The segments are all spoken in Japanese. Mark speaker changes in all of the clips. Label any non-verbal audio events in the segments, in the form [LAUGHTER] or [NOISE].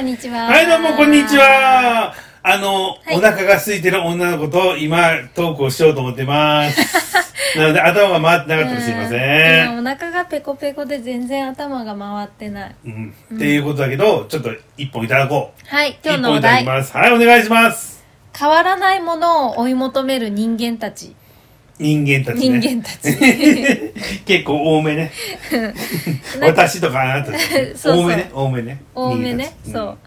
Speaker 1: んにちは。
Speaker 2: はい、どうも、こんにち。は。あの、
Speaker 1: はい
Speaker 2: お腹が空いてる女の子と今、トークをしようと思ってます。
Speaker 1: [LAUGHS]
Speaker 2: なので、頭が回ってなかったらすいません。
Speaker 1: うん今お腹がペコペコで全然頭が回ってない。
Speaker 2: うん、っていうことだけど、ちょっと一本いただこう。
Speaker 1: はい、今日
Speaker 2: 一
Speaker 1: の
Speaker 2: 本
Speaker 1: お
Speaker 2: いただき
Speaker 1: 題。
Speaker 2: ます。はい、お願いします。
Speaker 1: 変わらないものを追い求める人間たち。
Speaker 2: 人間たち
Speaker 1: 人
Speaker 2: ね。
Speaker 1: 間たち。
Speaker 2: [LAUGHS] 結構多め
Speaker 1: [LAUGHS]
Speaker 2: ね。
Speaker 1: なんか
Speaker 2: 私とかあなたたちね
Speaker 1: そうそう
Speaker 2: 多めね、多めね。
Speaker 1: 多めね。
Speaker 2: 人
Speaker 1: そ
Speaker 2: 間
Speaker 1: う。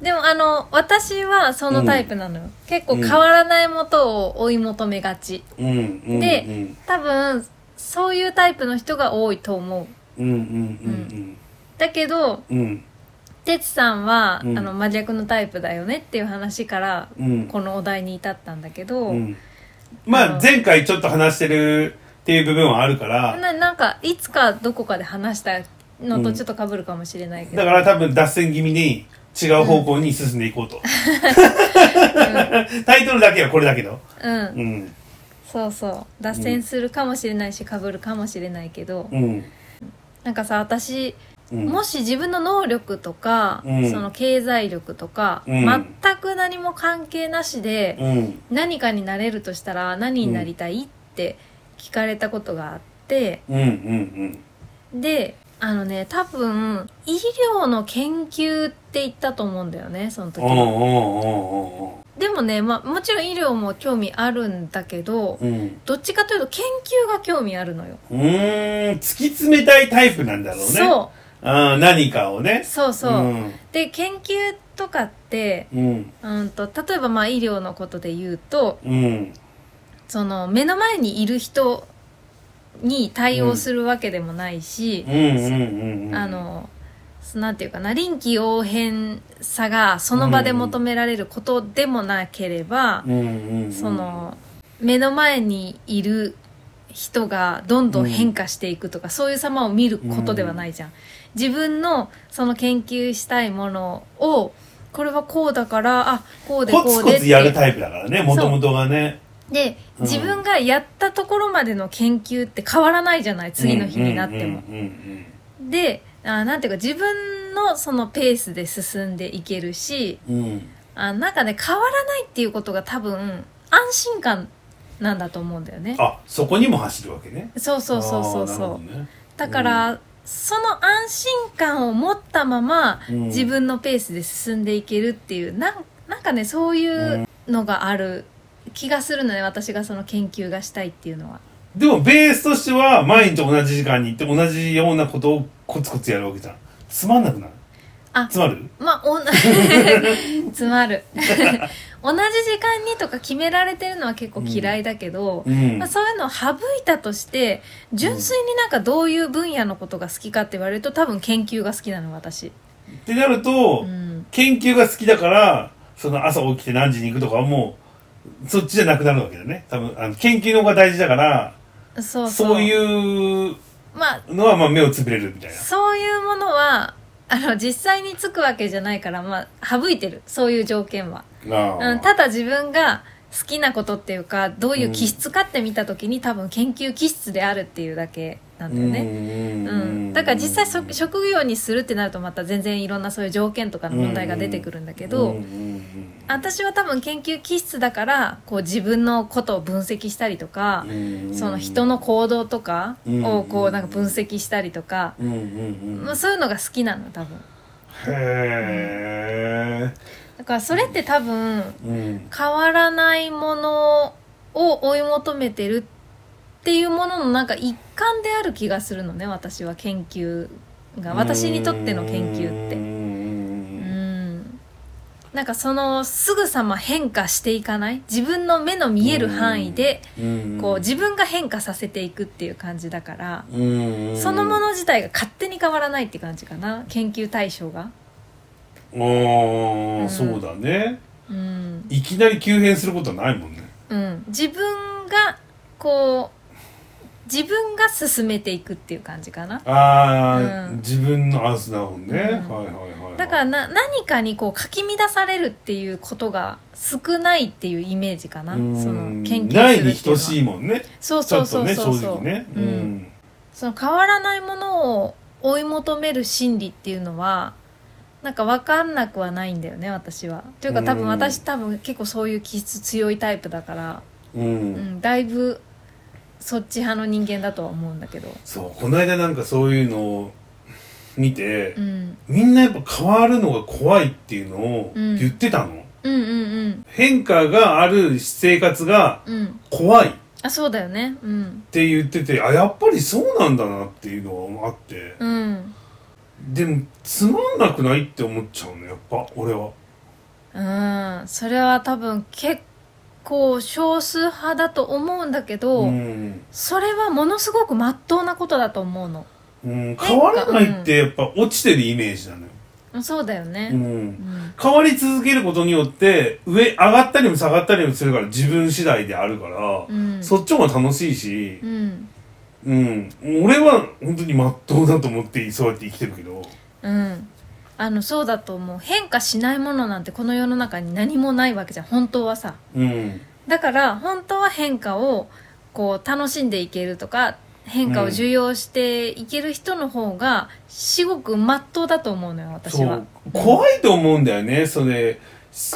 Speaker 1: でもあの、私はそのタイプなのよ。結構変わらないものを追い求めがち。
Speaker 2: たち。うん。うんうん
Speaker 1: で
Speaker 2: うん
Speaker 1: 多分、そういうタイプの人が多いと思う。
Speaker 2: うんうん
Speaker 1: だけど、
Speaker 2: うんうん
Speaker 1: てつさんは、
Speaker 2: うん
Speaker 1: あの、真逆のタイプだよねっていう話から、
Speaker 2: うん
Speaker 1: このお題に至ったんだけど、
Speaker 2: うんま
Speaker 1: う
Speaker 2: あ
Speaker 1: ん
Speaker 2: 前回ちょっと話してるっていう部分はあるから
Speaker 1: ななんかいつかどこかで話したのとちょっと被るかもしれないけど、
Speaker 2: だから多分脱線気味に違う方向に進んでいこうと、 [LAUGHS] タイトルだけはこれだけど
Speaker 1: うん、
Speaker 2: うん
Speaker 1: そうそう脱線するかもしれないし被るかもしれないけど、
Speaker 2: うん
Speaker 1: なんかさ私、
Speaker 2: うん
Speaker 1: もし自分の能力とか、
Speaker 2: うん
Speaker 1: その経済力とか、
Speaker 2: うん
Speaker 1: 全く何も関係なしで、
Speaker 2: うん
Speaker 1: 何かになれるとしたら何になりたいって聞かれたことがあって
Speaker 2: うんうん
Speaker 1: であのね多分医療の研究って言ったと思うんだよねその
Speaker 2: うん
Speaker 1: 時
Speaker 2: おうおう
Speaker 1: は。
Speaker 2: おうお
Speaker 1: でもね、まあ、もちろん医療も興味あるんだけど、
Speaker 2: ううん
Speaker 1: どっちかというと研究が興味あるのよ。
Speaker 2: うーん突き詰めたいタイプなんだろうね
Speaker 1: そう
Speaker 2: あー何かをね
Speaker 1: う、そうそう。
Speaker 2: ん
Speaker 1: で、研究とかって、
Speaker 2: うん
Speaker 1: うんと、例えばまあ医療のことで言うと、
Speaker 2: うん
Speaker 1: その目の前にいる人に対応するわけでもないし
Speaker 2: うんう、んうんうん
Speaker 1: あの、なんていうかな、臨機応変さがその場で求められることでもなければ、
Speaker 2: うんうんうん
Speaker 1: その目の前にいる人がどんどん変化していくとか、そういう様を見ることではないじゃん。自分のその研究したいものをこれはこうだからあこうでこ
Speaker 2: コツ
Speaker 1: う
Speaker 2: コ
Speaker 1: でっ
Speaker 2: ツやる
Speaker 1: て
Speaker 2: タイプだからねもともとがね
Speaker 1: で
Speaker 2: うん
Speaker 1: 自分がやったところまでの研究って変わらないじゃない次の日になっても。
Speaker 2: うんうんうん
Speaker 1: であなんていうか自分のそのペースで進んでいけるし
Speaker 2: うんうん
Speaker 1: あなんかね変わらないっていうことが多分安心感なんだと思うんだよね。
Speaker 2: あそこにも走るわけね
Speaker 1: そうそうそうそう
Speaker 2: あーなる
Speaker 1: そ
Speaker 2: ほど
Speaker 1: う。
Speaker 2: ね
Speaker 1: だから、その安心感を持ったまま、
Speaker 2: うん
Speaker 1: 自分のペースで進んでいけるっていうなんなんかねそういうのがある気がするのね私がその研究がしたいっていうのは。
Speaker 2: でもベースとしては毎日同じ時間に行って同じようなことをコツコツやるわけじゃんつまんなくなる
Speaker 1: あ
Speaker 2: つまる
Speaker 1: まあ、おん [LAUGHS] つまる [LAUGHS] 同じ時間にとか決められてるのは結構嫌いだけど、
Speaker 2: うん
Speaker 1: まあ、そういうのを省いたとして純粋になんかどういう分野のことが好きかって言われると多分研究が好きなの私。
Speaker 2: ってなると、
Speaker 1: うん
Speaker 2: 研究が好きだからその朝起きて何時に行くとかはもうそっちじゃなくなるわけだね多分あの研究の方が大事だから
Speaker 1: そ
Speaker 2: そうう
Speaker 1: そう
Speaker 2: いう
Speaker 1: まあ
Speaker 2: のはまあ目をつぶれるみたいな
Speaker 1: そういうものはあの実際につくわけじゃないから、まあ、省いてるそういう条件は、う
Speaker 2: あー
Speaker 1: ん、ただ自分が好きなことっていうかどういう気質かって見た時に、多分研究気質であるっていうだけなんだよね、
Speaker 2: うん
Speaker 1: うん、だから実際そ職業にするってなるとまた全然いろんなそういう条件とかの問題が出てくるんだけど、
Speaker 2: うんうんうん
Speaker 1: 私は多分研究気質だからこう自分のことを分析したりとか、その人の行動とかをこうなんか分析したりとか、
Speaker 2: うんうんう
Speaker 1: まあ、
Speaker 2: ん
Speaker 1: そういうのが好きなの多分
Speaker 2: へえ
Speaker 1: だからそれって多分
Speaker 2: うん
Speaker 1: 変わらないものを追い求めてるっていうもののなんか一環である気がするのね私は研究が私にとっての研究って
Speaker 2: うん
Speaker 1: う
Speaker 2: うん
Speaker 1: んなんかそのすぐさま変化していかない自分の目の見える範囲で
Speaker 2: うんうん
Speaker 1: こう自分が変化させていくっていう感じだから
Speaker 2: うん
Speaker 1: そのもの自体が勝手に変わらないって感じかな研究対象が
Speaker 2: の
Speaker 1: う
Speaker 2: あ
Speaker 1: ん
Speaker 2: あそうだね
Speaker 1: うん
Speaker 2: いきなり急変することはないもんね
Speaker 1: うん、自分がこう自分が進めていくっていう感じかな
Speaker 2: ああ
Speaker 1: うん
Speaker 2: 自分のアスなもんねは
Speaker 1: うん
Speaker 2: いはいはいはい
Speaker 1: だからな何かにこうかき乱されるっていうことが少ないっていうイメージかなそ
Speaker 2: うん
Speaker 1: の研
Speaker 2: な
Speaker 1: 究
Speaker 2: い
Speaker 1: するっていう
Speaker 2: に
Speaker 1: の
Speaker 2: 等
Speaker 1: は
Speaker 2: しいもんね
Speaker 1: そう
Speaker 2: ち
Speaker 1: そ
Speaker 2: ょ
Speaker 1: う
Speaker 2: っ
Speaker 1: そ
Speaker 2: と
Speaker 1: う
Speaker 2: ね
Speaker 1: そ
Speaker 2: 正
Speaker 1: うそう
Speaker 2: 直ね
Speaker 1: う
Speaker 2: うんん
Speaker 1: その変わらないものを追い求める心理っていうのはなんか分かんなくはないんだよね私は。というか多
Speaker 2: う
Speaker 1: 分
Speaker 2: ん
Speaker 1: 私多分結構そういう気質強いタイプだから、
Speaker 2: う
Speaker 1: うんん、だいぶそっち派の人間だとは思うんだけど。
Speaker 2: そうこの間なんかそういうのを見て、
Speaker 1: うん、
Speaker 2: みんなやっぱ変わるのが怖いっていうのを
Speaker 1: うん
Speaker 2: 言ってたの、
Speaker 1: うんうん
Speaker 2: 変化がある生活が
Speaker 1: うんうん
Speaker 2: 怖いっ
Speaker 1: あそうだよねうん
Speaker 2: て言っててあやっぱりそうなんだなっていうのがあって、
Speaker 1: うん
Speaker 2: でもつまんなくないって思っちゃうのやっぱ俺は
Speaker 1: うんそれは多分結構少数派だと思うんだけど、
Speaker 2: うん、
Speaker 1: それはものすごく真っ当なことだと思うの
Speaker 2: うん、変わらないってやっぱ落ちてるイメージなのよ、
Speaker 1: そうだよねう
Speaker 2: う、
Speaker 1: んん
Speaker 2: 変わり続けることによって上上がったりも下がったりもするから自分次第であるから
Speaker 1: う、ん
Speaker 2: そっちも楽しいし、
Speaker 1: うん
Speaker 2: うん、俺は本当に真っ当だと思ってそうやって生きてるけど
Speaker 1: うんあのそうだと思う変化しないものなんてこの世の中に何もないわけじゃん本当はさ
Speaker 2: うん
Speaker 1: だから本当は変化をこう楽しんでいけるとか変化を受容していける人の方が至極真っ当だと思うのよ私
Speaker 2: そ
Speaker 1: は
Speaker 2: う怖いと思うんだよねそれ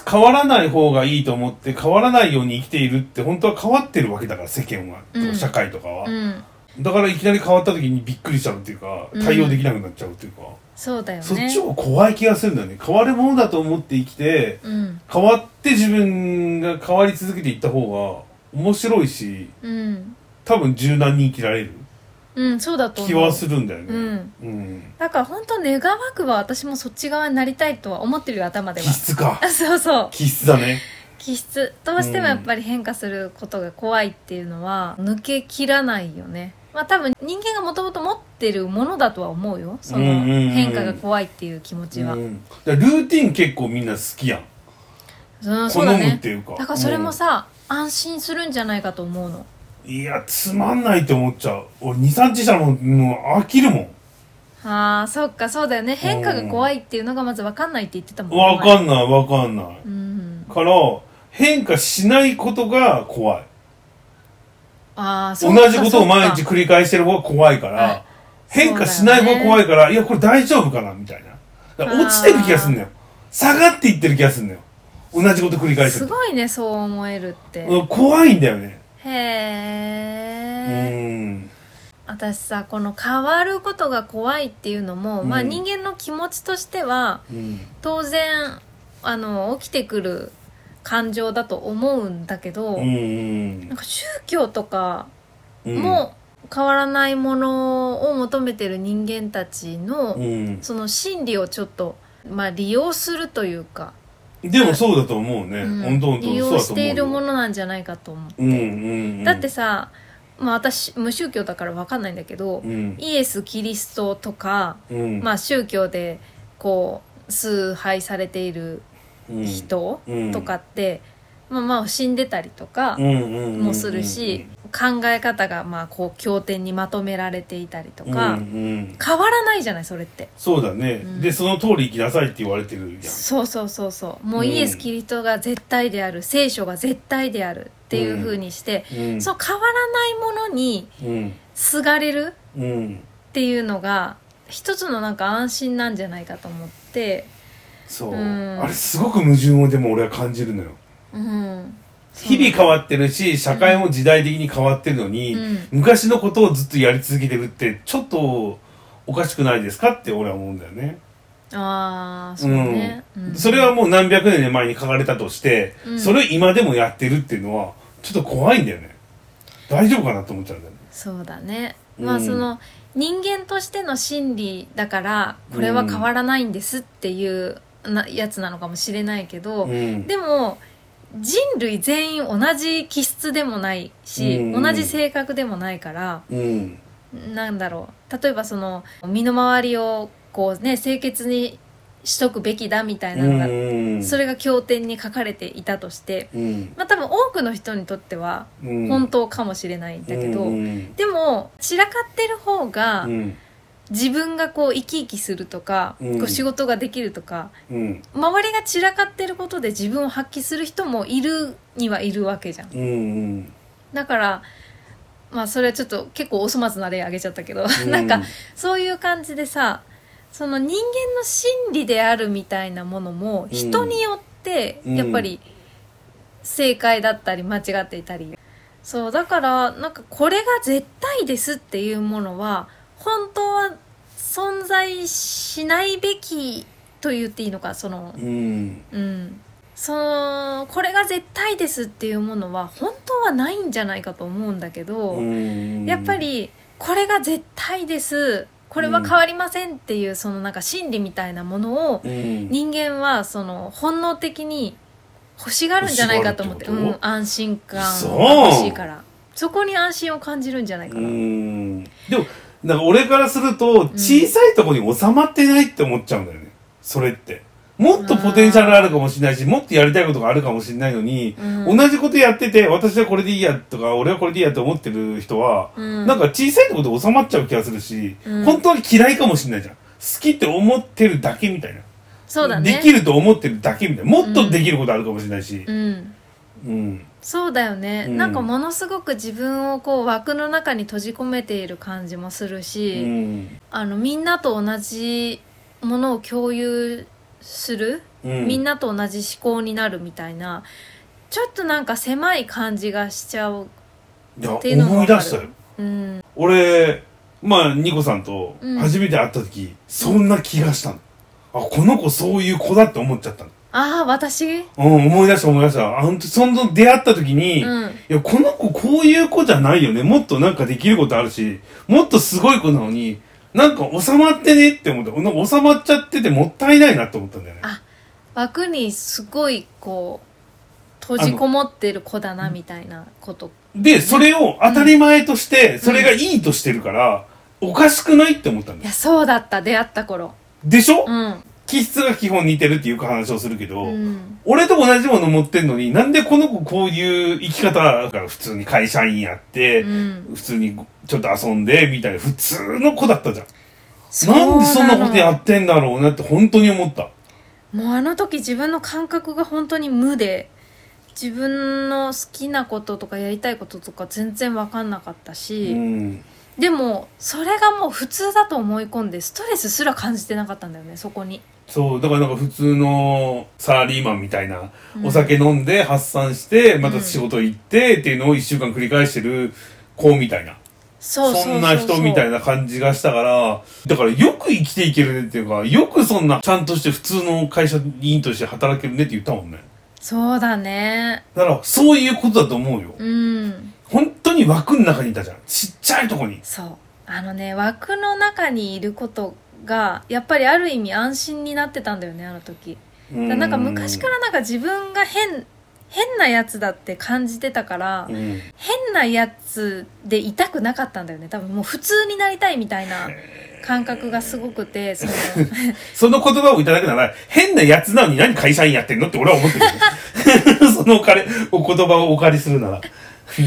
Speaker 2: 変わらない方がいいと思って変わらないように生きているって本当は変わってるわけだから世間は、
Speaker 1: うん
Speaker 2: 社会とかは、
Speaker 1: うん
Speaker 2: だからいきなり変わった時にびっくりしちゃうっていうか
Speaker 1: うん
Speaker 2: 対応できなくなっちゃうっていうか、
Speaker 1: そうだよね
Speaker 2: そっちも怖い気がするんだよね変わるものだと思って生きて
Speaker 1: うん
Speaker 2: 変わって自分が変わり続けていった方が面白いし
Speaker 1: うん
Speaker 2: 多分柔軟に生きられる
Speaker 1: うんそうだと思う
Speaker 2: 気はするんだよね
Speaker 1: うん
Speaker 2: うん
Speaker 1: だから本当願わくば私もそっち側になりたいとは思ってるよ頭では
Speaker 2: 気質か
Speaker 1: あ [LAUGHS] そうそう
Speaker 2: 気質だ
Speaker 1: [LAUGHS]
Speaker 2: ね
Speaker 1: 気質どうしてもやっぱり変化することが怖いっていうのは抜けきらないよねまあ多分人間がもともと持ってるものだとは思うよその
Speaker 2: うんうんうん
Speaker 1: 変化が怖いっていう気持ちは、
Speaker 2: うん、だからルーティン結構みんな好きやん
Speaker 1: うんそ
Speaker 2: 好
Speaker 1: うだ
Speaker 2: むっ
Speaker 1: ね
Speaker 2: ていうか
Speaker 1: だからそれもさ、安心するんじゃないかと思うの
Speaker 2: うんいやつまんないって思っちゃう俺23日したらもうもう飽きるもん
Speaker 1: あーそっかそうだよね変化が怖いっていうのがまず分かんないって言ってたもん
Speaker 2: わ
Speaker 1: ん
Speaker 2: かんないわかんない
Speaker 1: うん
Speaker 2: から変化しないことが怖い
Speaker 1: ああそ
Speaker 2: 同
Speaker 1: うか
Speaker 2: じことを毎日
Speaker 1: そうか
Speaker 2: 繰り返してる方が怖いから、
Speaker 1: はい
Speaker 2: 変化しない方が怖いから、いやこれ大丈夫かなみたいなだから落ちてる気がすんだよ下がっていってる気がすんだよ同じこと繰り返して
Speaker 1: す
Speaker 2: ると
Speaker 1: ごいねそう思えるって、
Speaker 2: うん怖いんだよね
Speaker 1: へえ、
Speaker 2: うん
Speaker 1: 私さこの変わることが怖いっていうのも、
Speaker 2: うん
Speaker 1: まあ人間の気持ちとしては
Speaker 2: うん
Speaker 1: 当然あの起きてくる感情だと思うんだけど、
Speaker 2: うん
Speaker 1: なんか宗教とか
Speaker 2: うん
Speaker 1: も変わらないものを求めてる人間たちの、
Speaker 2: うん
Speaker 1: その心理をちょっと、まあ、利用するというか、
Speaker 2: でもそうだと思うね。
Speaker 1: うん
Speaker 2: 本当本
Speaker 1: 利
Speaker 2: 当そう
Speaker 1: 用
Speaker 2: だと思うよ。
Speaker 1: しているものなんじゃないかと思って、
Speaker 2: うんうん、うん。
Speaker 1: だってさ、まあ、私無宗教だから分かんないんだけど、
Speaker 2: うん。
Speaker 1: イエス・キリストとか
Speaker 2: うん。
Speaker 1: まあ、宗教でこう崇拝されている
Speaker 2: うん、
Speaker 1: 人
Speaker 2: うん
Speaker 1: とかって、まあ、まあ死んでたりとか
Speaker 2: うんうんうんうん
Speaker 1: もするし、、考え方がまあこう経典にまとめられていたりと
Speaker 2: うん
Speaker 1: か、
Speaker 2: うん。
Speaker 1: 変わらないじゃないそれって。
Speaker 2: そうだね、
Speaker 1: うん
Speaker 2: で、その通り生きなさいって言われてるじゃん。
Speaker 1: そうそうそうそうもううんイエス・キリストが絶対である、聖書が絶対であるっていう風にして、
Speaker 2: うん。
Speaker 1: そう変わらないものに
Speaker 2: うん。
Speaker 1: すがれる
Speaker 2: うん。
Speaker 1: っていうのが一つのなんか安心なんじゃないかと思って、
Speaker 2: そう、
Speaker 1: うん
Speaker 2: あれすごく矛盾をでも俺は感じるのよ。
Speaker 1: うん、
Speaker 2: 日々変わってるし、社会も時代的に変わってるのに、
Speaker 1: うん
Speaker 2: 昔のことをずっとやり続けてるって、ちょっとおかしくないですかって俺は思うんだよね。
Speaker 1: ああそうね、
Speaker 2: うん
Speaker 1: うん
Speaker 2: それはもう何百年前に書かれたとして、
Speaker 1: うん
Speaker 2: それを今でもやってるっていうのはちょっと怖いんだよね大丈夫かなと思っちゃうんだよね
Speaker 1: そうだね、
Speaker 2: うん
Speaker 1: まあその人間としての心理だからこれは変わらないんですっていうなやつなのかもしれないけど、
Speaker 2: うん
Speaker 1: でも人類全員同じ気質でもないし、
Speaker 2: うん
Speaker 1: 同じ性格でもないから
Speaker 2: うん
Speaker 1: なんだろう例えばその身の回りをこうね清潔にしとくべきだみたいなのが、
Speaker 2: うん
Speaker 1: それが経典に書かれていたとして、
Speaker 2: うん
Speaker 1: まあ、多分多くの人にとっては
Speaker 2: うん
Speaker 1: 本当かもしれないんだけど、
Speaker 2: うん
Speaker 1: でも散らかってる方が
Speaker 2: うん
Speaker 1: 自分がこう生き生きするとか、
Speaker 2: うん
Speaker 1: こう仕事ができるとか
Speaker 2: うん
Speaker 1: 周りが散らかってることで自分を発揮する人もいるにはいるわけじゃん
Speaker 2: うんうん
Speaker 1: だから [LAUGHS] まあそれはちょっと結構お粗末な例あげちゃったけど、
Speaker 2: うん
Speaker 1: なんかそういう感じでさその人間の心理であるみたいなものも
Speaker 2: うん
Speaker 1: 人によって
Speaker 2: うん
Speaker 1: やっぱり正解だったり間違っていたり、そうだからなんかこれが絶対ですっていうものは本当は存在しないべきと言っていいのかその
Speaker 2: うん
Speaker 1: うんそのこれが絶対ですっていうものは本当はないんじゃないかと思うんだけど、
Speaker 2: うん
Speaker 1: やっぱりこれが絶対ですこれは変わりませんっていうそのなんか心理みたいなものを
Speaker 2: うん
Speaker 1: 人間はその本能的に欲しがるんじゃないかと思って
Speaker 2: 欲しが
Speaker 1: う
Speaker 2: るって
Speaker 1: ん、安心感
Speaker 2: そう
Speaker 1: が欲しいからそこに安心を感じるんじゃないか
Speaker 2: う
Speaker 1: な、
Speaker 2: んでもなんか俺からすると小さいところに収まってないって思っちゃうんだよねそれってもっとポテンシャルあるかもしれないしもっとやりたいことがあるかもしれないのに、
Speaker 1: うん
Speaker 2: 同じことやってて私はこれでいいやとか俺はこれでいいやと思ってる人は、
Speaker 1: うん
Speaker 2: なんか小さいところで収まっちゃう気がするし、
Speaker 1: うん
Speaker 2: 本当に嫌いかもしれないじゃん好きって思ってるだけみたいな
Speaker 1: そうだね
Speaker 2: できると思ってるだけみたいなもっとできることあるかもしれないし、
Speaker 1: うん
Speaker 2: うん
Speaker 1: そうだよね、
Speaker 2: うん
Speaker 1: なんかものすごく自分をこう枠の中に閉じ込めている感じもする
Speaker 2: う
Speaker 1: し、
Speaker 2: ん
Speaker 1: あのみんなと同じものを共有する
Speaker 2: うん
Speaker 1: みんなと同じ思考になるみたいなちょっとなんか狭い感じがしちゃう、
Speaker 2: いや
Speaker 1: っていうのが
Speaker 2: 思い出したよ
Speaker 1: うん、
Speaker 2: 俺まあニコさんと
Speaker 1: うん
Speaker 2: 初めて会った時、そんな気がしたのあこの子そういう子だって思っちゃったの
Speaker 1: ああ私
Speaker 2: うん思い出した思い出したあほんとその出会った時に、
Speaker 1: うん
Speaker 2: いやこの子こういう子じゃないよねもっとなんかできることあるしもっとすごい子なのになんか収まってねって思ったなんか収まっちゃっててもったいないなって思ったんだよね
Speaker 1: あ枠にすごいこう閉じこもってる子だなみたいなこと
Speaker 2: でそれを当たり前として、それがいいとしてるから、おかしくないって思ったん
Speaker 1: い
Speaker 2: だよ
Speaker 1: やそうだった出会った頃
Speaker 2: でしょ、
Speaker 1: うん
Speaker 2: 気質が基本似てるっていう話をするけど、
Speaker 1: うん
Speaker 2: 俺と同じもの持ってんのに、なんでこの子こういう生き方が普通に会社員やって、
Speaker 1: うん
Speaker 2: 普通にちょっと遊んで、みたいな、普通の子だったじゃん。
Speaker 1: そ
Speaker 2: なんでそんなことや
Speaker 1: うの
Speaker 2: ってんだろうなって本当に思った。
Speaker 1: もうあの時自分の感覚が本当に無で自分の好きなこととかやりたいこととか全然分かんなかったし、
Speaker 2: うん。
Speaker 1: でもそれがもう普通だと思い込んでストレスすら感じてなかったんだよねそこに
Speaker 2: そう、だからなんか普通のサラリーマンみたいな、
Speaker 1: うん
Speaker 2: お酒飲んで発散して、ま
Speaker 1: う
Speaker 2: た
Speaker 1: ん
Speaker 2: 仕事行ってっていうのを一週間繰り返してる子みたいな。
Speaker 1: そうそうそう
Speaker 2: そんな人みたいな感じがしたから、だからよく生きていけるねっていうか、よくそんなちゃんとして普通の会社員として働けるねって言ったもんね。
Speaker 1: そうだね
Speaker 2: だから、そういうことだと思うよ。
Speaker 1: うん
Speaker 2: 本当に枠の中にいたじゃん。ちっちゃいとこに。
Speaker 1: そうあのね枠の中にいることがやっぱりある意味安心になってたんだよねあの時だからなんか昔からなんか自分が変変なやつだって感じてたから
Speaker 2: うん、うん
Speaker 1: 変なやつでいたくなかったんだよね多分もう普通になりたいみたいな感覚がすごくて
Speaker 2: [LAUGHS]
Speaker 1: その
Speaker 2: その言葉をいただくなら、変なやつなのに何会社員やってんのって俺は思ってるよ。 [LAUGHS] そのお借りお言葉をお借りするなら。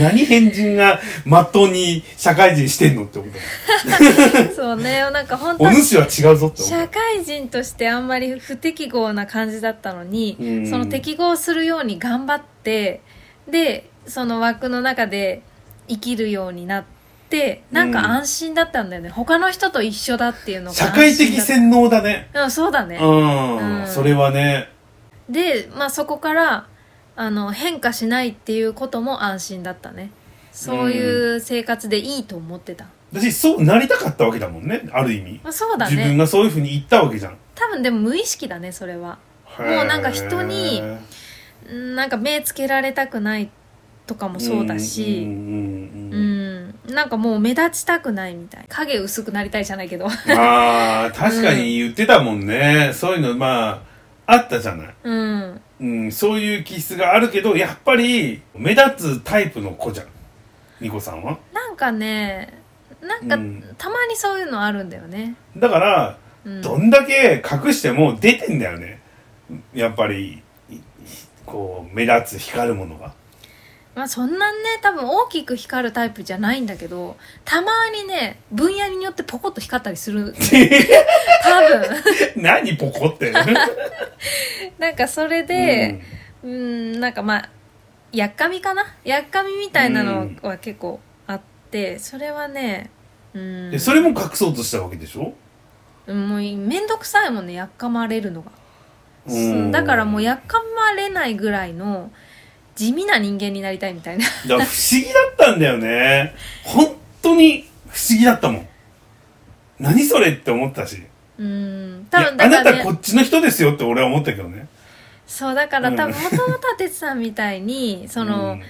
Speaker 2: 何変人がまっとうに社会人してんのって思った。
Speaker 1: そうねなんか本当
Speaker 2: お
Speaker 1: に
Speaker 2: 主は違うぞって思った
Speaker 1: 社。会人としてあんまり不適合な感じだったのに、
Speaker 2: うん
Speaker 1: その適合するように頑張ってでその枠の中で生きるようになってなんか安心だったんだよね、他の人と一緒だっていうのが
Speaker 2: 社会的
Speaker 1: 性
Speaker 2: 洗脳だね。
Speaker 1: うんそうだね、
Speaker 2: うん、
Speaker 1: うん
Speaker 2: それはね、
Speaker 1: で、まあ、そこからあの変化しないっていうことも安心だったねそういう生活でいいと思ってた、
Speaker 2: 私そうなりたかったわけだもんね、ある意味。
Speaker 1: まあ、そうだ
Speaker 2: 自分
Speaker 1: ね
Speaker 2: がそういうふうに言ったわけじゃん。
Speaker 1: 多分でも無意識だねそれは
Speaker 2: へー
Speaker 1: なんか人にうんなんか目つけられたくないとかもそうだ
Speaker 2: うん
Speaker 1: し、
Speaker 2: う
Speaker 1: う
Speaker 2: ん
Speaker 1: ん
Speaker 2: うんうん
Speaker 1: なんかもう目立ちたくないみたい影薄くなりたいじゃないけど [LAUGHS]
Speaker 2: ああ、確かに言ってたもんね。そういうの、まあ、あったじゃない。
Speaker 1: うん
Speaker 2: うん、そういう気質があるけど、やっぱり、目立つタイプの子じゃん。ニコさんは。
Speaker 1: なんかねなんか、
Speaker 2: うん
Speaker 1: たまにそういうのあるんだよね、
Speaker 2: だから、
Speaker 1: うん、
Speaker 2: どんだけ隠しても出てんだよね。やっぱり、いこう、目立つ、光るものが。
Speaker 1: まあそんなね多分大きく光るタイプじゃないんだけどたまにね分野によってポコッと光ったりする多分 [LAUGHS]
Speaker 2: [LAUGHS] 何ポコって。
Speaker 1: なんかそれ [LAUGHS] でうんなんかまあやっかみかなやっかみみたいなのは結構あって、それはねう
Speaker 2: うんんでそれも隠そうとしたわけでしょ
Speaker 1: うんもう面倒くさいもんねやっかまれるのが、
Speaker 2: うん
Speaker 1: だからもうやっかまれないぐらいの地味な人間になりたいみたいな
Speaker 2: だから不思議だったんだよね。本当に不思議だったもん。何それって思ったし。
Speaker 1: うん
Speaker 2: い
Speaker 1: 多
Speaker 2: やあ
Speaker 1: 分だか
Speaker 2: な
Speaker 1: ら、
Speaker 2: た
Speaker 1: ね、
Speaker 2: こっちの人ですよって俺は思ったけどね。
Speaker 1: そうだから
Speaker 2: うん
Speaker 1: 多分もともとは哲さんみたいにその、
Speaker 2: うん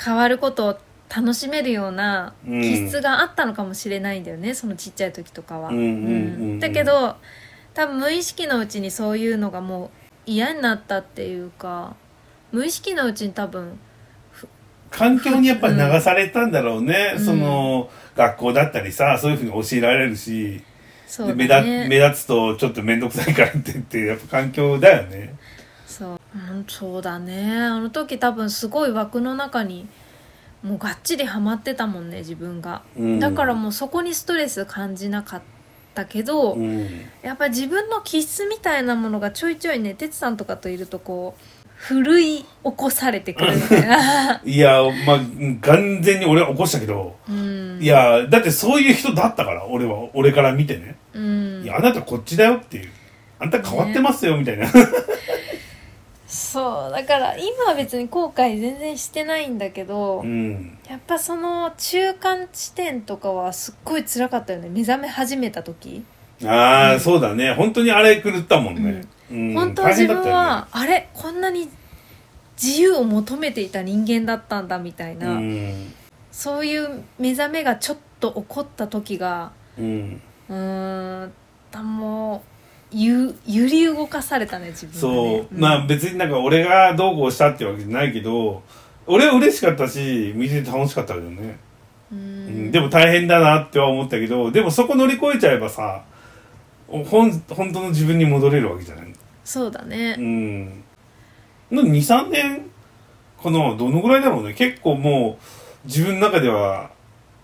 Speaker 1: 変わることを楽しめるような
Speaker 2: うん
Speaker 1: 気質があったのかもしれないんだよね、そのちっちゃい時とかは。
Speaker 2: うんうんうんうん
Speaker 1: うんだけど多分無意識のうちにそういうのがもう嫌になったっていうか無意識のうちに多分
Speaker 2: 環境にやっぱり流されたんだろうね。
Speaker 1: うん
Speaker 2: その、学校だったりさ、そういうふうに教えられるし、
Speaker 1: そう
Speaker 2: で
Speaker 1: だ、
Speaker 2: 目立
Speaker 1: ね、
Speaker 2: 目立つとちょっと面倒くさいからって言って、やっぱ環境だよね。
Speaker 1: そう,、うん、そうだねあの時多分すごい枠の中にもうがっちりハマってたもんね自分が、
Speaker 2: うん
Speaker 1: だからもうそこにストレス感じなかったけど、
Speaker 2: うん。
Speaker 1: やっぱ自分の気質みたいなものがちょいちょいね哲さんとかといるとこう
Speaker 2: [LAUGHS]
Speaker 1: 奮い起こされてくるみたいな
Speaker 2: いや、まあ、完全に俺は起こしたけど、
Speaker 1: うん
Speaker 2: いや、だってそういう人だったから、俺は、俺から見てね。
Speaker 1: うん
Speaker 2: いや、あなたこっちだよっていう。あんた変わってますよ、みたいな。
Speaker 1: そうだから今は別に後悔全然してないんだけど、
Speaker 2: うん。
Speaker 1: やっぱその中間地点とかはすっごい辛かったよね目覚め始めた時、
Speaker 2: ああ、そうだね。本当にあれ狂ったもんね。うん
Speaker 1: 本当は自分、
Speaker 2: 大変だっ
Speaker 1: は、あれこんなに自由を求めていた人間だったんだみたい
Speaker 2: た
Speaker 1: な、
Speaker 2: よね
Speaker 1: そういう目覚めがちょっと起こった時が
Speaker 2: うん。うん。
Speaker 1: うーんたもうゆ揺り動かされたね自分がね、
Speaker 2: そう。まあ別になんか俺がどうこうしたってわけじゃないけど、俺は嬉しかったし、見てて楽しかったけどね。
Speaker 1: う
Speaker 2: うんん。でも大変だなっては思ったけど、でもそこ乗り越えちゃえばさ、ほん本当の自分に戻れるわけじゃない。
Speaker 1: そうだ
Speaker 2: う
Speaker 1: ね
Speaker 2: ん。の2、3年かなどのぐらいだろうね。結構もう、自分の中では、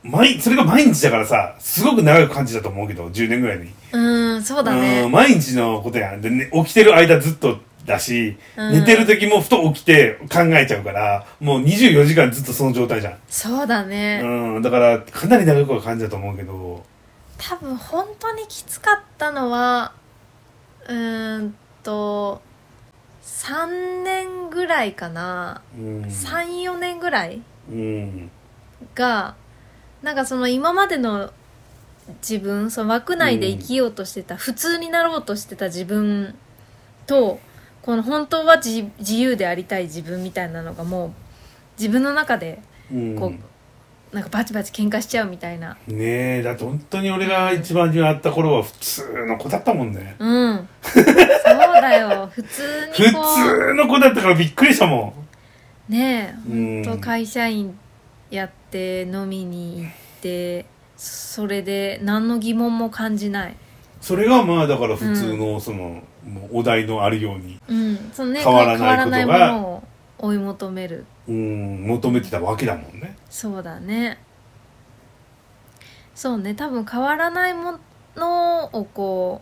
Speaker 2: 毎、それが毎日だからさ、すごく長く感じたと思うけど、10年ぐらいに。
Speaker 1: うんそうだ
Speaker 2: うん、
Speaker 1: ね
Speaker 2: 毎日のことやん。で、ね、起きてる間ずっとだし、
Speaker 1: うん
Speaker 2: 寝てる時もふと起きて考えちゃうから、もう24時間ずっとその状態じゃん。
Speaker 1: そうだね、
Speaker 2: うん、だから、かなり長くは感じたと思うけど、
Speaker 1: 多分本当にきつかったのはうーんと3年ぐらいかな
Speaker 2: うん。
Speaker 1: 34年ぐらい
Speaker 2: うん。
Speaker 1: がなんかその今までの自分その枠内で生きようとしてた、普通になろうとしてた自分とこの本当は自自由でありたい自分みたいなのがもう自分の中で
Speaker 2: うん。
Speaker 1: こう、なんかバチバチ喧嘩しちゃうみたい
Speaker 2: [LAUGHS]
Speaker 1: な
Speaker 2: ねえだって本当に俺が一番に会った頃は普通の子だったもんね
Speaker 1: うんそうだよ普通
Speaker 2: 普
Speaker 1: にこう
Speaker 2: 通の子だったからびっくりしたも
Speaker 1: ね
Speaker 2: んう
Speaker 1: え
Speaker 2: ん
Speaker 1: と会社員やって飲みに行ってそれで何の疑問も感じない
Speaker 2: それがまあだから普通のその、もうお題のあるように、
Speaker 1: うん、そのね
Speaker 2: 変
Speaker 1: 変
Speaker 2: わ
Speaker 1: わ
Speaker 2: ら
Speaker 1: ら
Speaker 2: ないことが
Speaker 1: ないものを追い求める
Speaker 2: うん、求めてたわけだもんね [LAUGHS]
Speaker 1: そうだねそうね多分変わらないものをこ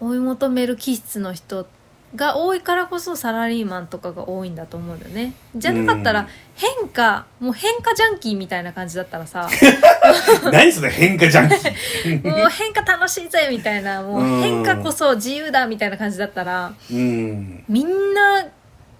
Speaker 1: う追い求める気質の人が多いからこそサラリーマンとかが多いんだと思うんだよねじゃなかった
Speaker 2: うん
Speaker 1: ら変化、もう変化ジャンキーみたいな感じだったら
Speaker 2: [LAUGHS]
Speaker 1: さ
Speaker 2: 何それ変化ジャンキー
Speaker 1: もう変化楽しいぜみたいなも
Speaker 2: うん
Speaker 1: う変化こそ自由だみたいな感じだったら
Speaker 2: うん
Speaker 1: みんな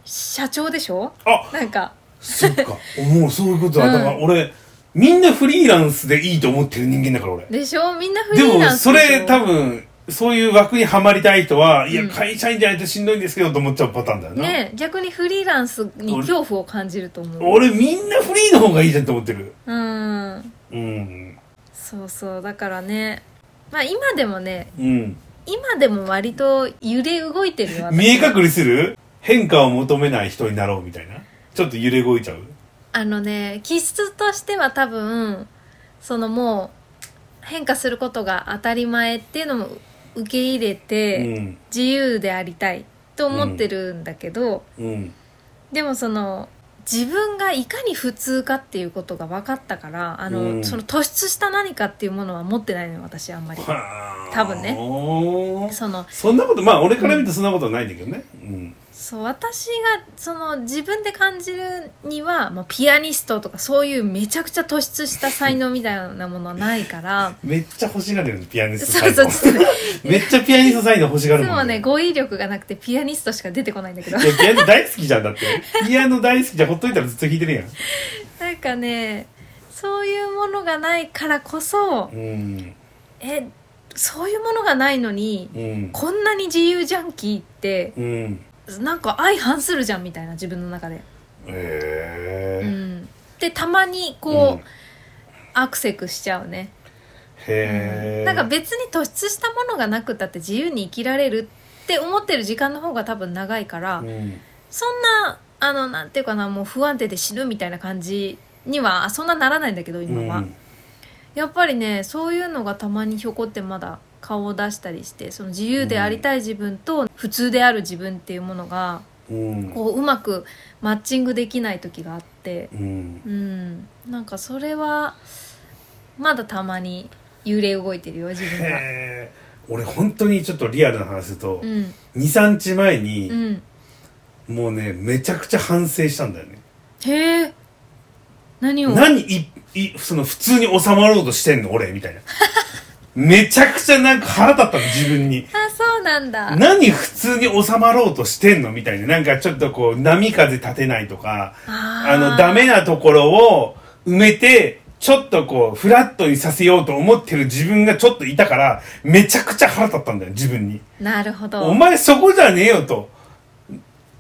Speaker 1: 社長でしょ
Speaker 2: あ
Speaker 1: なんか
Speaker 2: そっかもうそういうことだ、
Speaker 1: うん
Speaker 2: だから俺みんなフリーランスでいいと思ってる人間だから俺
Speaker 1: でしょみんなフリ
Speaker 2: で
Speaker 1: ー
Speaker 2: も
Speaker 1: ランス
Speaker 2: そ
Speaker 1: でしょ
Speaker 2: れ多分そういう枠にはまりたい人は、いや
Speaker 1: うん
Speaker 2: 会社員じゃないとしんどいんですけどと思っちゃうパターンだよな、
Speaker 1: ねえ逆にフリーランスに恐怖を感じると思う
Speaker 2: 俺みんなフリーの方がいいじゃんと思ってる
Speaker 1: うん
Speaker 2: うん
Speaker 1: そうそうだからねまあ今でもね
Speaker 2: うん
Speaker 1: 今でも割と揺れ動いてるよ私
Speaker 2: 見え隠れする変化を求めない人になろうみたいなちょっと揺れ動いちゃう
Speaker 1: あのね気質としては多分そのもう変化することが当たり前っていうのも受け入れ
Speaker 2: う
Speaker 1: て、
Speaker 2: ん
Speaker 1: 自由でありたいと思ってるんだけど、
Speaker 2: うん
Speaker 1: でもその自分がいかに普通かっていうことが分かったからあの、
Speaker 2: うん
Speaker 1: その突出した何かっていうものは持ってないのよ私あんまり
Speaker 2: はあ
Speaker 1: 多分ね
Speaker 2: おー
Speaker 1: その
Speaker 2: そんなことまあ俺から見るとそんなことはないんだけどねうん
Speaker 1: そう私がその自分で感じるには、まあ、ピアニストとかそういうめちゃくちゃ突出した才能みたいなものはないから
Speaker 2: [LAUGHS] めっちゃ欲しがるよね、ピアニスト
Speaker 1: そう
Speaker 2: 才
Speaker 1: そう
Speaker 2: 能。
Speaker 1: ちょっとね
Speaker 2: めっちゃピアニスト才能欲しが
Speaker 1: い
Speaker 2: る
Speaker 1: つ
Speaker 2: も
Speaker 1: も
Speaker 2: ん
Speaker 1: ね語彙力がなくてピアニストしか出てこないんだけど
Speaker 2: いやピアノ大好きじゃんだってピアノ大好きじゃんほっといたらずっと弾いてるやん
Speaker 1: なんかねそういうものがないからこそ
Speaker 2: うん
Speaker 1: えそういうものがないのに
Speaker 2: うん
Speaker 1: こんなに自由ジャンキーって
Speaker 2: うん
Speaker 1: なんか相反するじゃんみたいな自分の中で。
Speaker 2: へ
Speaker 1: う
Speaker 2: え
Speaker 1: ん、でたまにこう、
Speaker 2: ん
Speaker 1: アクセクしちゃうね。
Speaker 2: へえ
Speaker 1: なんか別に突出したものがなくたって自由に生きられるって思ってる時間の方が多分長いから、
Speaker 2: うん
Speaker 1: そんなあのなんていうかなもう不安定で死ぬみたいな感じにはそんなならないんだけど今は、
Speaker 2: うん
Speaker 1: やっぱりねそういうのがたまにひょこってまだ顔を出したりしてその自由でありたい自分と普通である自分っていうものが
Speaker 2: うん
Speaker 1: こううまくマッチングできない時があって
Speaker 2: うん
Speaker 1: うんなんかそれはまだたまに揺れ動いてるよ自分が。
Speaker 2: へえ俺本当にちょっとリアルな話すると
Speaker 1: うん
Speaker 2: 23日前に
Speaker 1: うん、
Speaker 2: もうねめちゃくちゃ反省したんだよね
Speaker 1: へえ何を
Speaker 2: 何いいその普通に収まろうとしてんの俺みたいな
Speaker 1: [LAUGHS]
Speaker 2: めちゃくちゃなんか腹立ったの自分に
Speaker 1: あそうなんだ
Speaker 2: 何普通に収まろうとしてんのみたいな。なんかちょっとこう、波風立てないとか、
Speaker 1: あー
Speaker 2: あの、ダメなところを埋めて、ちょっとこう、フラットにさせようと思ってる自分がちょっといたから、めちゃくちゃ腹立ったんだよ、自分に。
Speaker 1: なるほど
Speaker 2: お前そこじゃねえよと。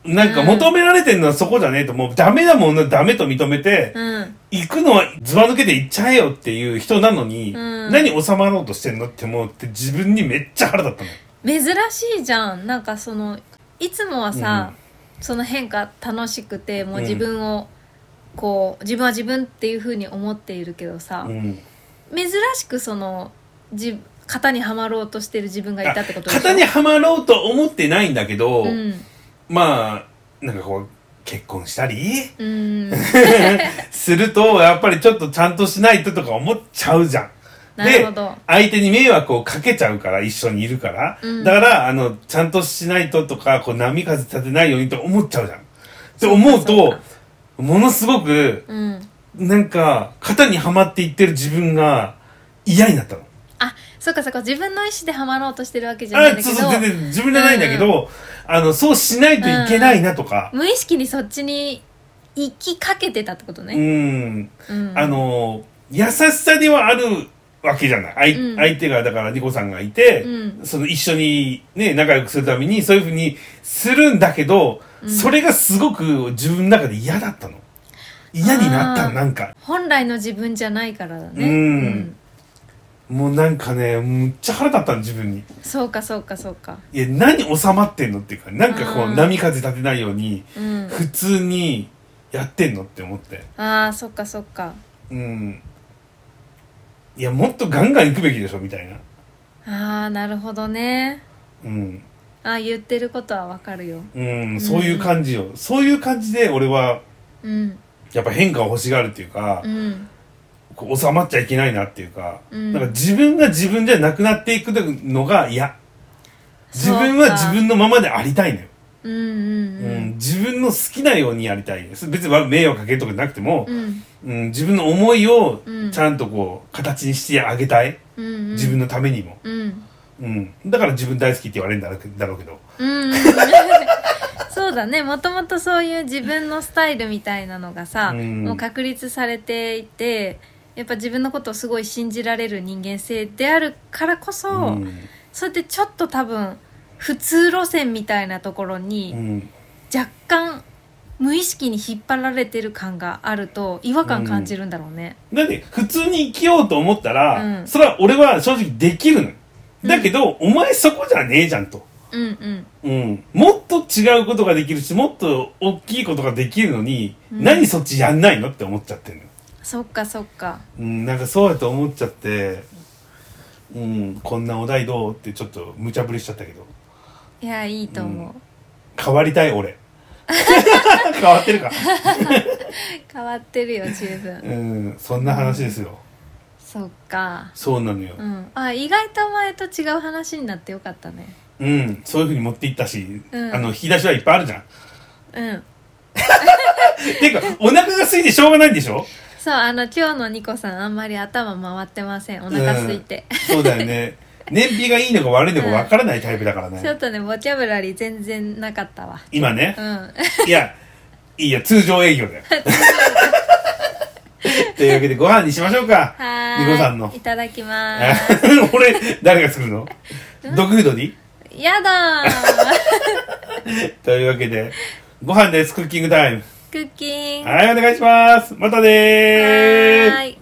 Speaker 2: なんか求められてるのはそこじゃねえと、もうダメなものはダメと認めて、
Speaker 1: うん
Speaker 2: 行くのはずば抜けて行っちゃえよっていう人なのに、
Speaker 1: うん
Speaker 2: 何収まろうとしてんのって思って自分にめっちゃ腹立ったの。
Speaker 1: 珍しいじゃんなんかそのいつもはさ、その変化楽しくてもう自分を、こう自分は自分っていうふうに思っているけどさ、
Speaker 2: うん。
Speaker 1: 珍しくそのじ型にはまろうとしてる自分がいたってことでしょ
Speaker 2: 型にはまろうと思ってないんだけど、
Speaker 1: うん
Speaker 2: まあなんかこう結婚したり
Speaker 1: うん
Speaker 2: [LAUGHS] するとやっぱりちょっとちゃんとしないととか思っちゃうじゃん。
Speaker 1: なるほど
Speaker 2: 相手に迷惑をかけちゃうから一緒にいるから、
Speaker 1: うん
Speaker 2: だからあのちゃんとしないととかこう波風立てないようにと思っちゃうじゃん。って思う
Speaker 1: そう
Speaker 2: と
Speaker 1: か
Speaker 2: ものすごく
Speaker 1: うん
Speaker 2: なんか型にはまっていってる自分が嫌になったの。
Speaker 1: あそっかそっか自分の意思ではまろうとしてるわけじゃないん
Speaker 2: あ
Speaker 1: だ
Speaker 2: そう
Speaker 1: け
Speaker 2: そ
Speaker 1: ど
Speaker 2: う全然自分じゃないんだけど、あのそうしないといけないなとか。
Speaker 1: 無意識にそっちに行きかけてたってこと
Speaker 2: う
Speaker 1: ね、
Speaker 2: ん、
Speaker 1: うん、
Speaker 2: あの優しさではあるわけじゃない相,あい、
Speaker 1: うん
Speaker 2: 相手がだからニコさんがいて、
Speaker 1: うん
Speaker 2: その一緒にね仲良くするためにそういうふうにするんだけど、それがすごく自分の中で嫌だったの嫌になった
Speaker 1: あー
Speaker 2: なんか
Speaker 1: 本来の自分じゃないからだね
Speaker 2: うんもうなんかねむっちゃ腹立ったの自分に
Speaker 1: そうかそうかそうか
Speaker 2: いや何収まってんのっていうかなんかこ
Speaker 1: あ
Speaker 2: う
Speaker 1: ー
Speaker 2: 波風立てないように
Speaker 1: うん
Speaker 2: 普通にやってんのって思って
Speaker 1: ああそっかそっか
Speaker 2: うんいやもっとガンガン行くべきでしょみたいな
Speaker 1: ああなるほどね
Speaker 2: うん
Speaker 1: あー言ってることはわかるよ
Speaker 2: うん、そういう感じよ、そういう感じで俺は
Speaker 1: うん
Speaker 2: やっぱ変化を欲しがるっていうか
Speaker 1: う、ん
Speaker 2: こう収まっちゃいけないなっていうか、
Speaker 1: うん
Speaker 2: なんか自分が自分じゃなくなっていくのが嫌自
Speaker 1: そうか
Speaker 2: 分は自分のままでありたいのよ、
Speaker 1: うん
Speaker 2: うん
Speaker 1: うん
Speaker 2: 自分の好きなようにやりたいです別に迷惑かけるとかじゃなくても
Speaker 1: う、ん
Speaker 2: うん自分の思いを
Speaker 1: うん
Speaker 2: ちゃんとこう形にしてあげたい、
Speaker 1: うんうん
Speaker 2: 自分のためにも、
Speaker 1: うん
Speaker 2: うん、だから自分大好きって言われるんだろうけだろうけど
Speaker 1: うんうん [LAUGHS] そうだねもともとそういう自分のスタイルみたいなのがさ、
Speaker 2: うん
Speaker 1: もう確立されていてやっぱ自分のことをすごい信じられる人間性であるからこそ、
Speaker 2: ん
Speaker 1: それでちょっと多分普通路線みたいなところ
Speaker 2: う
Speaker 1: に
Speaker 2: ん
Speaker 1: 若干無意識に引っ張られてる感があると違和感感じるんだろうね。
Speaker 2: だって普通に生きようと思ったら、
Speaker 1: うん
Speaker 2: それは俺は正直できるのよだけど、お前そこじゃねえじゃんと、
Speaker 1: うんうん
Speaker 2: うん、もっと違うことができるしもっと大きいことができるのに、
Speaker 1: うん
Speaker 2: 何そっちやんないのって思っちゃってるのよ、
Speaker 1: そっかそっか
Speaker 2: うん、なんかそうやと思っちゃって、うん、こんなお題どうってちょっと無茶ぶりしちゃったけど
Speaker 1: いやいいと思う、
Speaker 2: 変わりたい俺変わってるか、
Speaker 1: [LAUGHS] 変わってるよ十分
Speaker 2: うん、そんな話ですよ、
Speaker 1: そっか
Speaker 2: そうなのよ
Speaker 1: う、んあ意外と前と違う話になってよかったね
Speaker 2: ううん、そういうふうに持っていったし、
Speaker 1: うん
Speaker 2: あの、引き出しはいっぱいあるじゃん。
Speaker 1: うん
Speaker 2: ていうか、お腹が空いてしょうがないんでしょ
Speaker 1: そうあの今日のニコさんあんまり頭回ってませんお腹空いて、
Speaker 2: そうだよね。燃費がいいのか悪いのかわからないタイプだか
Speaker 1: [LAUGHS]
Speaker 2: ら
Speaker 1: ちょ
Speaker 2: ね。
Speaker 1: っとねボキャブラリー全然なかったわ
Speaker 2: 今ね
Speaker 1: う。
Speaker 2: [LAUGHS]
Speaker 1: ん
Speaker 2: いや、いいよ、通常営
Speaker 1: [LAUGHS]
Speaker 2: 業だよ。というわけで、ご飯にしましょうか。
Speaker 1: はーい
Speaker 2: ニコさんの
Speaker 1: い。ただきま
Speaker 2: あ
Speaker 1: ー
Speaker 2: [LAUGHS] 俺、誰が作るのドクドに
Speaker 1: すやだー
Speaker 2: [LAUGHS] というわけで、ご飯です、クッキングタイム。
Speaker 1: クッキング
Speaker 2: はい、お願いします。また
Speaker 1: は
Speaker 2: ねー。
Speaker 1: ーい